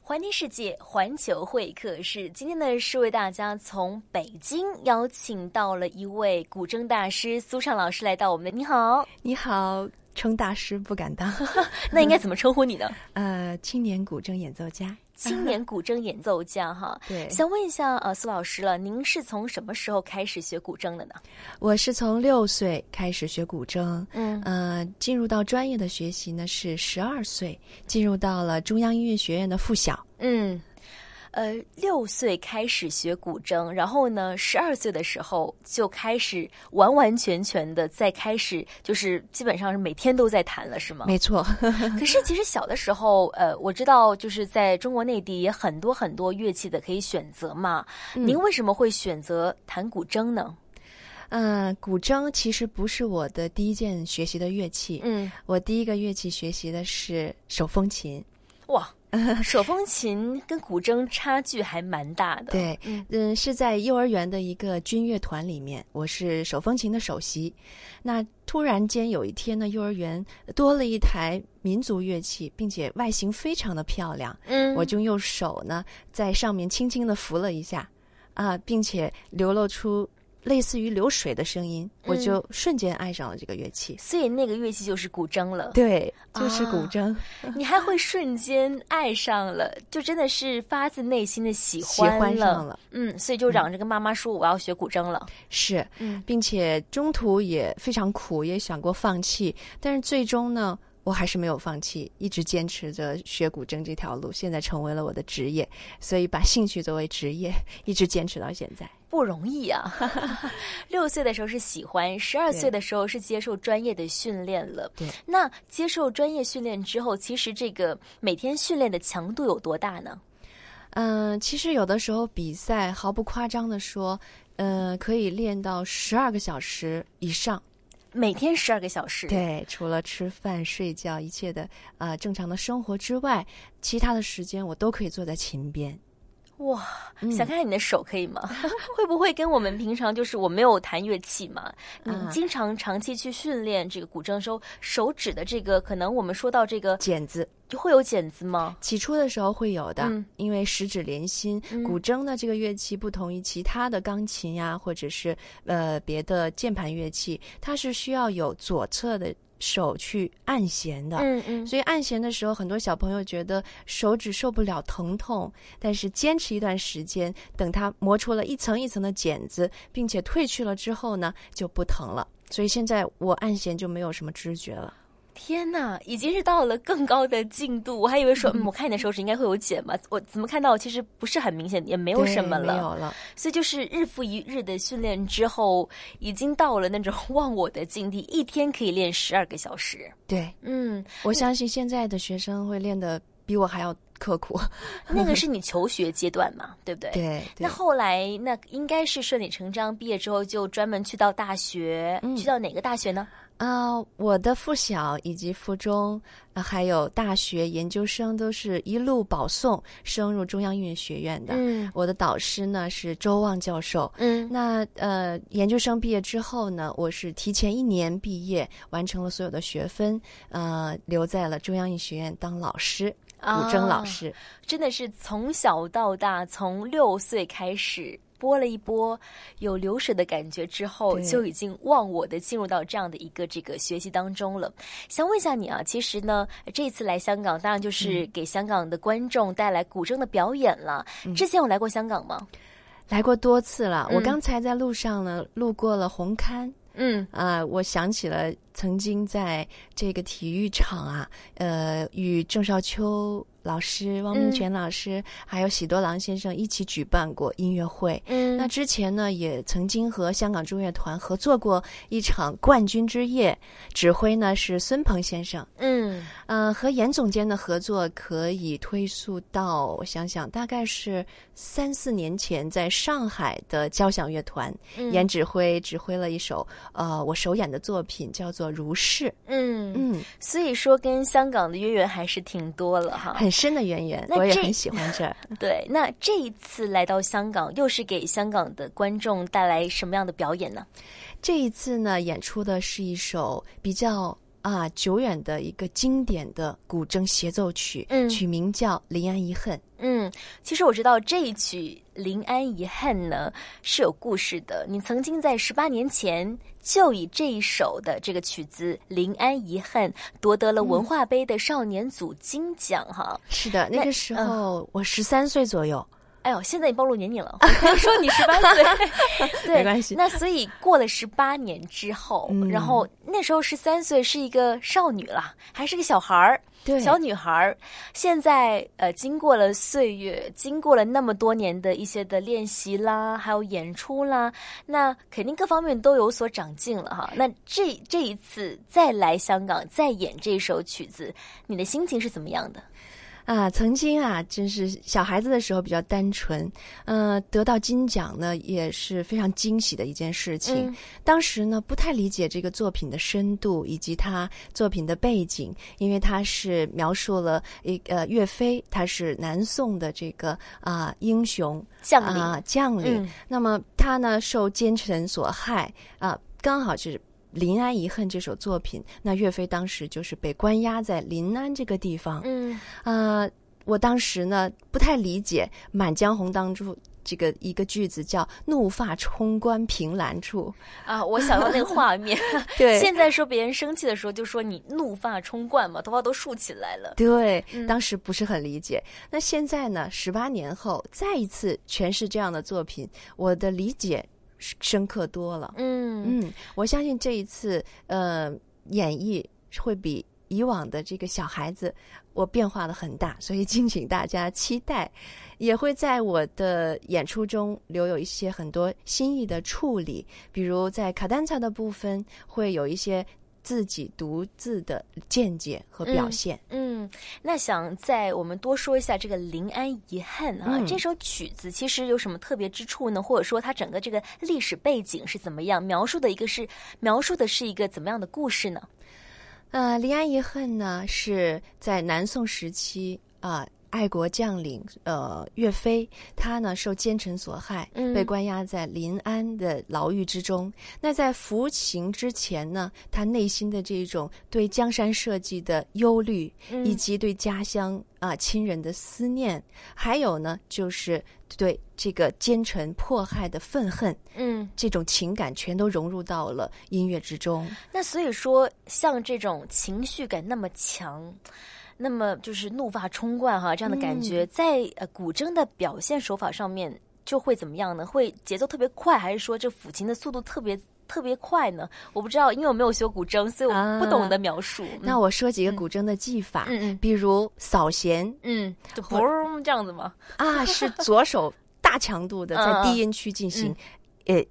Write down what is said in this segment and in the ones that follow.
环听世界，环球会客室。今天呢，是为大家从北京邀请到了一位古筝大师苏畅老师来到我们的。你好，你好，称大师不敢当， 那应该怎么称呼你呢？呃，青年古筝演奏家。青年古筝演奏家哈。对，想问一下呃，苏老师了，您是从什么时候开始学古筝的呢？我是从六岁开始学古筝，嗯呃，进入到专业的学习呢是十二岁，进入到了中央音乐学院的附小。嗯，呃，六岁开始学古筝，然后呢，十二岁的时候就开始完完全全的在开始，就是基本上是每天都在弹了，是吗？没错， 可是其实小的时候，呃，我知道就是在中国内地也很多很多乐器的可以选择嘛。嗯您为什么会选择弹古筝呢？嗯、呃，古筝其实不是我的第一件学习的乐器，嗯，我第一个乐器学习的是手风琴。哇，手风琴跟古筝差距还蛮大的。，对，嗯嗯是在幼儿园的一个军乐团里面，我是手风琴的首席。那突然间有一天呢，幼儿园多了一台民族乐器，并且外形非常的漂亮，嗯，我就用手呢在上面轻轻的拂了一下，啊，并且流露出类似于流水的声音，我嗯就瞬间爱上了这个乐器。所以那个乐器就是古筝了。对，就是古啊筝，你还会瞬间爱上了，就真的是发自内心的喜喜欢了。欢上了，嗯，所以就嚷着跟妈妈说我要学古筝了。是。嗯并且中途也非常苦，也想过放弃，但是最终呢，我还是没有放弃，一直坚持着学古筝这条路，现在成为了我的职业，所以把兴趣作为职业，一直坚持到现 在。不容易 啊！六岁的时候是喜欢，十二对岁的时候是接受专业的训练了。对，那接受专业训练之后，其实这个每天训练的强度有多大呢？嗯、其实有的时候比赛毫不夸张的说，呃，可以练到十二个小时以上。每天十二个小时。，对，除了吃饭、睡觉一切的呃正常的生活之外，其他的时间我都可以坐在琴边。哇！嗯想看看你的手可以吗？ 会不会跟我们平常就是我没有弹乐器嘛？你啊经常长期去训练这个古筝的时候，手指的这个可能我们说到这个剪子，会有茧子吗？起初的时候会有的，嗯因为十指连心。古筝呢，这个乐器不同于其他的钢琴呀，或者是呃别的键盘乐器，它是需要有左侧的手去按弦的。嗯嗯，所以按弦的时候，很多小朋友觉得手指受不了疼痛，但是坚持一段时间，等它磨出了一层一层的茧子，并且褪去了之后呢，就不疼了。所以现在我按弦就没有什么知觉了。天哪，已经是到了更高的进度。我还以为说，嗯，我看你的手指应该会有茧吧？我怎么看到其实不是很明显，也没有对什么没了。有了。所以就是日复一日的训练之后，已经到了那种忘我的境地，一天可以练十二个小时。对，嗯，我相信现在的学生会练得比我还要刻苦。 那个是你求学阶段 嘛，对不 对？。对，那后来，那应该是顺理成章，毕业之后就专门去到大学，嗯去到哪个大学呢？啊、我的附小以及附中、啊还有大学研究生都是一路保送升入中央音乐学院的。嗯我的导师呢是周望教授。嗯，那呃，研究生毕业之后呢，我是提前一年毕业，完成了所有的学分，呃，留在了中央音乐学院当老师，古筝老啊师。真的是从小到大，从六岁开始拨了一拨，有流水的感觉之后，对就已经忘我的进入到这样的一个这个学习当中了。想问一下你啊，其实呢，这次来香港，当然嗯就是给香港的观众带来古筝的表演了。嗯之前有来过香港吗？来过多次了，我嗯刚才在路上呢，路过了红磡。嗯啊、我想起了曾经在这个体育场啊，呃，与郑少秋老师、汪明荃老师、还有喜多郎先生一起举办过音乐会。嗯那之前呢，也曾经和香港中乐团合作过一场冠军之夜，指挥呢是孙鹏先生。嗯呃，和严总监的合作可以追溯到，我想想，大概是三四年前，在上海的交响乐团，嗯严指挥指挥了一首呃我首演的作品，叫做《如是》，嗯，嗯，所以说跟香港的渊源还是挺多了哈。很深的渊源，那我也这很喜欢这 儿。对，那这一次来到香港，又是给香港的观众带来什么样的表演呢？这一次呢，演出的是一首比较。啊久远的一个经典的古筝协奏曲，嗯曲名叫《临安一恨》。嗯，其实我知道这一曲《临安遗恨》呢是有故事的。你曾经在十八年前就以这一首的这个曲子《临安遗恨》夺得了文嗯化杯的少年组金奖哈。是的，那个时嗯候我十三岁左右，哎呦，现在你暴露年龄了，我刚说你十八 岁，对，没关系那所以过了十八年之后，嗯然后那时候十三岁是一个少女了，还是个小孩儿，对小女孩儿。现在呃，经过了岁月，经过了那么多年的一些的练习啦，还有演出啦，那肯定各方面都有所长进了 哈。那这这一次再来香港再演这首曲子，你的心情是怎么样的？啊，曾经啊，真是小孩子的时候比较单纯，呃，得到金奖呢也是非常惊喜的一件事情。嗯当时呢不太理解这个作品的深度以及他作品的背景，因为他是描述了一呃岳飞，他是南宋的这个啊、英雄降临，啊、将领，嗯那么他呢受奸臣所害啊、刚好是。《临安遗恨》这首作品，那岳飞当时就是被关押在临安这个地方，嗯呃，我当时呢不太理解《满江红》当中这个一个句子叫“怒发冲冠，凭栏处。啊，我想到那个画 面。”对，现在说别人生气的时候，就说你怒发冲冠嘛，头发都竖起来了。对嗯，当时不是很理解。那现在呢？十八年后再一次诠释这样的作品，我的理解是深刻多了。嗯，嗯，我相信这一次呃演绎会比以往的这个小孩子我变化的很大，所以敬请大家期待，也会在我的演出中留有一些很多新意的处理，比如在卡丹萨的部分会有一些。自己独自的见解和表嗯现，嗯，那想再我们多说一下这个《临安遗恨》啊，嗯这首曲子其实有什么特别之处呢？或者说它整个这个历史背景是怎么样描述的？一个是描述的是一个怎么样的故事呢？呃，《临安遗恨》呢是在南宋时期啊、爱国将领呃岳飞，他呢受奸臣所害，嗯被关押在临安的牢狱之中。那在服刑之前呢，他内心的这种对江山社稷的忧虑，嗯以及对家乡啊、亲人的思念，还有呢就是对这个奸臣迫害的愤恨，嗯，这种情感全都融入到了音乐之中。那所以说，像这种情绪感那么强，那么就是怒发冲冠哈，这样的感觉，嗯在呃古筝的表现手法上面就会怎么样呢？会节奏特别快，还是说这抚琴的速度特别特别快呢？我不知道，因为我没有学古筝，所以我啊不懂得描述。那我说几个古筝的技法，嗯嗯比如扫弦嗯，就 或嘣儿这样子吗？啊， 是左手大强度的嗯嗯嗯在低音区进行，呃，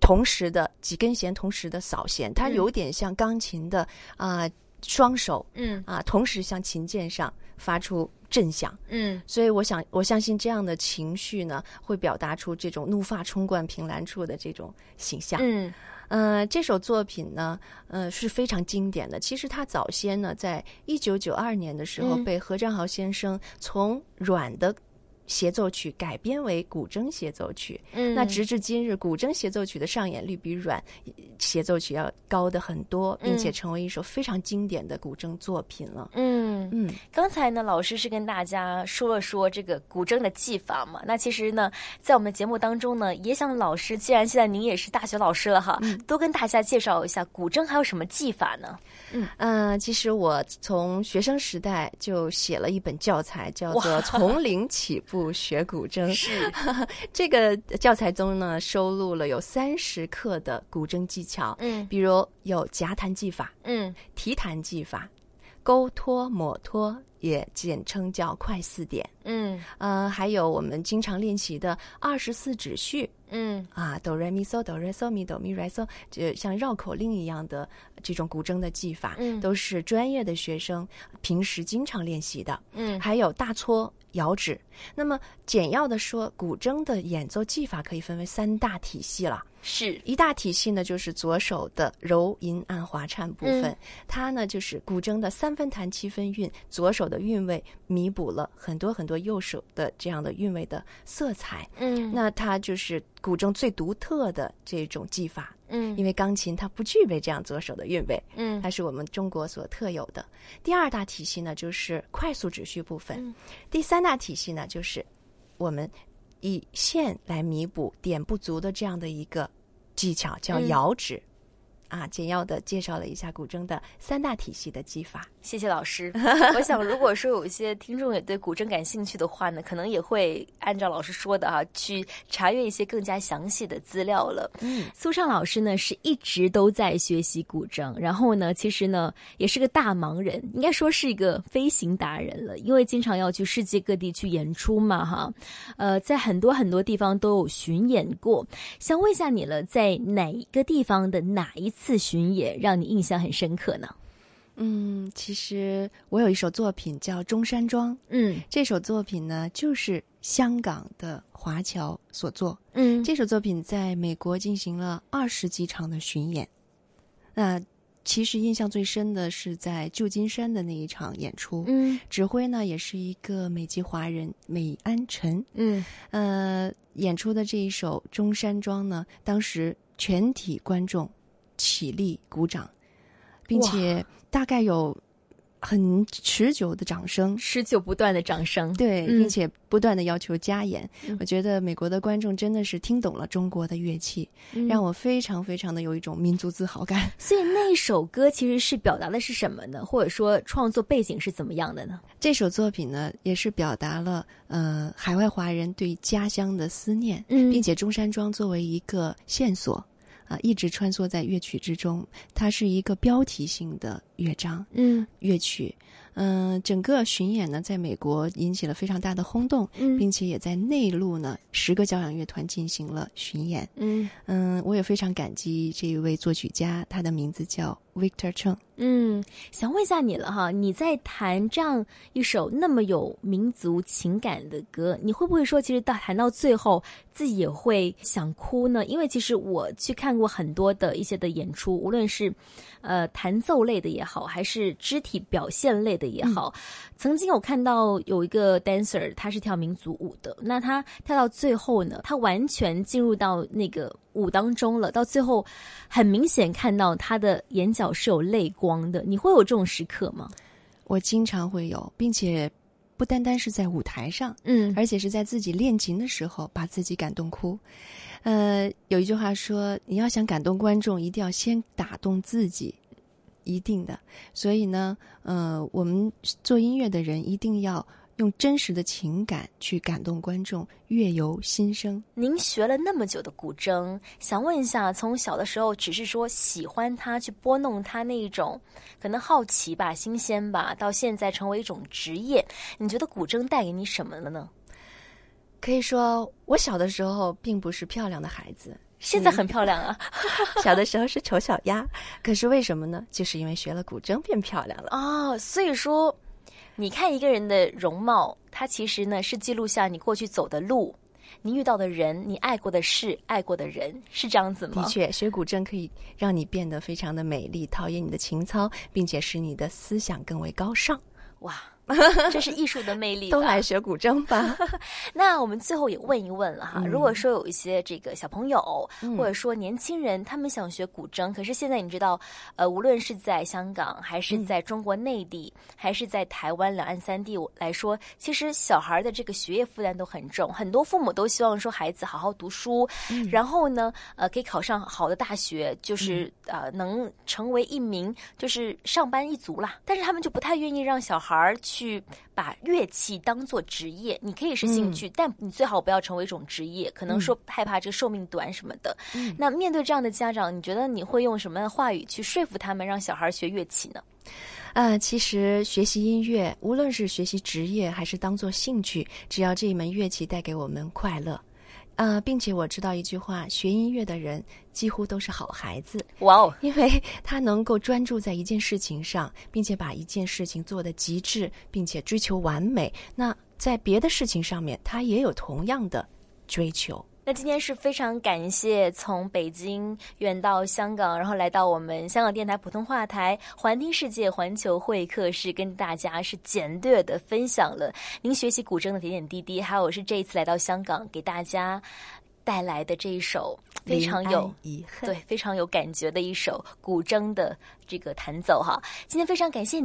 同时的几根弦同时的扫弦，它嗯有点像钢琴的啊、双手嗯啊、同时向琴键上发出震响。嗯所以我想，我相信这样的情绪呢，会表达出这种怒发冲冠、凭栏处的这种形象。嗯呃，这首作品呢，呃，是非常经典的。其实它早先呢，在一九九二年的时候嗯被何占豪先生从软的协奏曲改编为古筝协奏曲。嗯，那直至今日，古筝协奏曲的上演率比软协奏曲要高的很多，并且嗯成为一首非常经典的古筝作品了。嗯。嗯，刚才呢，老师是跟大家说了说这个古筝的技法嘛。那其实呢，在我们的节目当中呢，也想老师，既然现在您也是大学老师了哈，多跟大家介绍一下古筝还有什么技法呢？呃，其实我从学生时代就写了一本教材，叫做哇《从零起步学古筝》。 是， 这个教材中呢，收录了有三十课的古筝技巧，嗯比如有夹弹技法、嗯提弹技法、勾托、抹托，也简称叫快四点。嗯呃，还有我们经常练习的二十四指序嗯啊，哆来咪嗦，哆来嗦咪，哆咪来嗦，就像绕口令一样的这种古筝的技法，嗯都是专业的学生平时经常练习的。嗯还有大搓、摇指。那么简要的说，古筝的演奏技法可以分为三大体系了。是一大体系呢，就是左手的揉银按滑颤部分，嗯它呢就是古筝的三分弹七分韵，左手的韵味弥补了很多很多右手的这样的韵味的色彩。嗯那它就是古筝最独特的这种技法，嗯因为钢琴它不具备这样左手的韵味，嗯它是我们中国所特有的。第二大体系呢，就是快速指序部分；嗯第三大体系呢，就是我们以线来弥补点不足的这样的一个技巧，叫嗯摇指。啊，简要的介绍了一下古筝的三大体系的技法。谢谢老 师。我想，如果说有一些听众也对古筝感兴趣的话呢，可能也会按照老师说的啊，去查阅一些更加详细的资料了。嗯，苏畅老师呢是一直都在学习古筝，然后呢，其实呢也是个大忙人，应该说是一个飞行达人了，因为经常要去世界各地去演出嘛，哈，呃，在很多很多地方都有巡演过。想问一下你了，在哪一个地方的哪一次巡演让你印象很深刻呢？嗯，其实我有一首作品叫《中山装》，嗯这首作品呢就是香港的华侨所作。嗯这首作品在美国进行了二十几场的巡演。那其实印象最深的是在旧金山的那一场演出，嗯指挥呢也是一个美籍华人美安臣。嗯呃，演出的这一首《中山装》呢，当时全体观众起立鼓掌，并且大概有很持久的掌声。持久不断的掌声，对，嗯并且不断的要求加演，嗯我觉得美国的观众真的是听懂了中国的乐器，让我。我非常非常的有一种民族自豪感。 所以那首歌其实是表达的是什么呢？或者说创作背景是怎么样的呢？这首作品呢，也是表达了呃海外华人对家乡的思念，嗯并且中山装作为一个线索啊、一直穿梭在乐曲之中，它是一个标题性的乐章嗯乐曲。嗯、整个巡演呢，在美国引起了非常大的轰动，嗯并且也在内陆呢，十个交响乐团进行了巡演。嗯嗯，我也非常感激这一位作曲家，他的名字叫 Victor Cheng。嗯，想问一下你了哈，你在弹这样一首那么有民族情感的歌，你会不会说，其实到弹到最后自己也会想哭呢？因为其实我去看过很多的一些的演出，无论是呃弹奏类的也好，还是肢体表现类的也好，曾经有看到有一个 dancer，他是跳民族舞的，那他跳到最后呢，他完全进入到那个舞当中了，到最后很明显看到他的眼角是有泪光的。你会有这种时刻吗？我经常会有，并且不单单是在舞台上，嗯而且是在自己练琴的时候把自己感动哭。呃，有一句话说，你要想感动观众，一定要先打动自己。一定的，所以呢，呃，我们做音乐的人一定要用真实的情感去感动观众，乐由心生。您学了那么久的古筝，想问一下，从小的时候只是说喜欢它，去拨弄它那一种可能好奇吧、新鲜吧，到现在成为一种职业，你觉得古筝带给你什么了呢？可以说，我小的时候并不是漂亮的孩子，现在很漂亮啊！ 小的时候是丑小鸭。可是为什么呢？就是因为学了古筝变漂亮了。哦，所以说，你看一个人的容貌，它其实呢是记录下你过去走的路。你遇到的人，你爱过的事，爱过的人，是这样子吗？的确，学古筝可以让你变得非常的美丽，陶冶你的情操，并且使你的思想更为高尚。哇，这是艺术的魅力吧。都来学古筝吧！ 那我们最后也问一问了哈，如果说有一些这个小朋友、或者说年轻人，他们想学古筝，可是现在你知道，呃，无论是在香港，还是在中国内地，还是在台湾两岸三地来说，其实小孩的这个学业负担都很重，很多父母都希望说孩子好好读书，然后呢，呃，可以考上好的大学，就是、呃，能成为一名就是上班一族啦。但是他们就不太愿意让小孩儿去把乐器当做职业，你可以是兴趣，但你最好不要成为一种职业，可能说害怕这个寿命短什么的。那面对这样的家长，你觉得你会用什么样的话语去说服他们让小孩儿学乐器呢？啊，其实学习音乐，无论是学习职业还是当做兴趣，只要这一门乐器带给我们快乐，啊，并且我知道一句话：学音乐的人几乎都是好孩子。哇哦，因为 他能够专注在一件事情上，并且把一件事情做得极致，并且追求完美。那在别的事情上面，他也有同样的追求。那今天是非常感谢从北京远到香港，然后来到我们香港电台普通话台环听世界环球会客室，跟大家是简略的分享了您学习古筝的点点滴滴，还有是这一次来到香港给大家带来的这一首非常有遗憾，对非常有感觉的一首古筝的这个弹奏哈。今天非常感谢您。